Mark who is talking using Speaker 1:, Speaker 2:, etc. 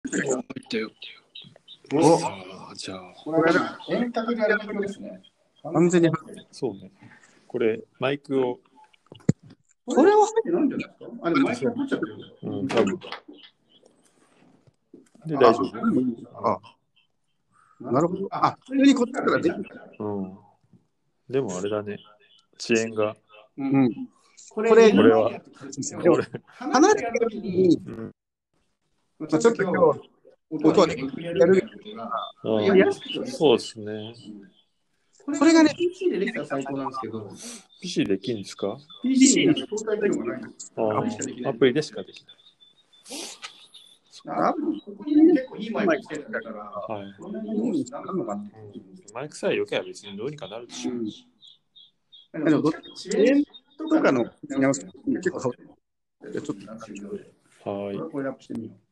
Speaker 1: ったよ。
Speaker 2: お
Speaker 1: さあ、じゃあ、
Speaker 3: これは遠隔でやるところですね。
Speaker 2: 完全に
Speaker 4: そうね。これ、マイクを、
Speaker 2: これは
Speaker 3: 入ってないんじゃないですかあ、でも毎回取っちゃってる
Speaker 4: うん、多分。で、大
Speaker 3: あ
Speaker 4: 丈
Speaker 2: あなるほど。あ、普通にこっちから出てる。
Speaker 4: 夫。うん。でもあれだね。遅延が。
Speaker 2: うん。
Speaker 3: これ
Speaker 2: これ
Speaker 4: これは
Speaker 2: こ
Speaker 4: これ、
Speaker 2: 離
Speaker 3: 離
Speaker 2: れ
Speaker 3: れ
Speaker 2: て
Speaker 3: て
Speaker 2: る
Speaker 3: る
Speaker 2: 時
Speaker 3: 時に、
Speaker 2: に、
Speaker 4: うん。
Speaker 3: ま
Speaker 2: まあ、ちょっと今日、
Speaker 3: 音
Speaker 2: 音は
Speaker 3: は
Speaker 2: ね
Speaker 3: ね、やるみたいなのがやり
Speaker 4: あ
Speaker 3: やすくて
Speaker 4: あそうですね。
Speaker 3: これがね、
Speaker 2: こ
Speaker 3: PC でできたら最高なんですけど、
Speaker 4: PC できんですか
Speaker 3: PC に相対機能がない。
Speaker 4: ああ
Speaker 3: アプリしかできない
Speaker 4: アプリでしかできな
Speaker 3: あここにね、結構いいマイクつけてたから、
Speaker 4: い。はい。
Speaker 3: こんなに音質なんなのかって。
Speaker 4: マイクさえ良ければ別にどうにかなるでしょ。
Speaker 2: でもどっ
Speaker 3: 遅延と
Speaker 2: とかの
Speaker 3: 結
Speaker 2: 結構
Speaker 3: 構
Speaker 2: そ
Speaker 3: そうう。
Speaker 2: ちょっと
Speaker 3: と、
Speaker 4: はい。
Speaker 3: これラップしてみよう。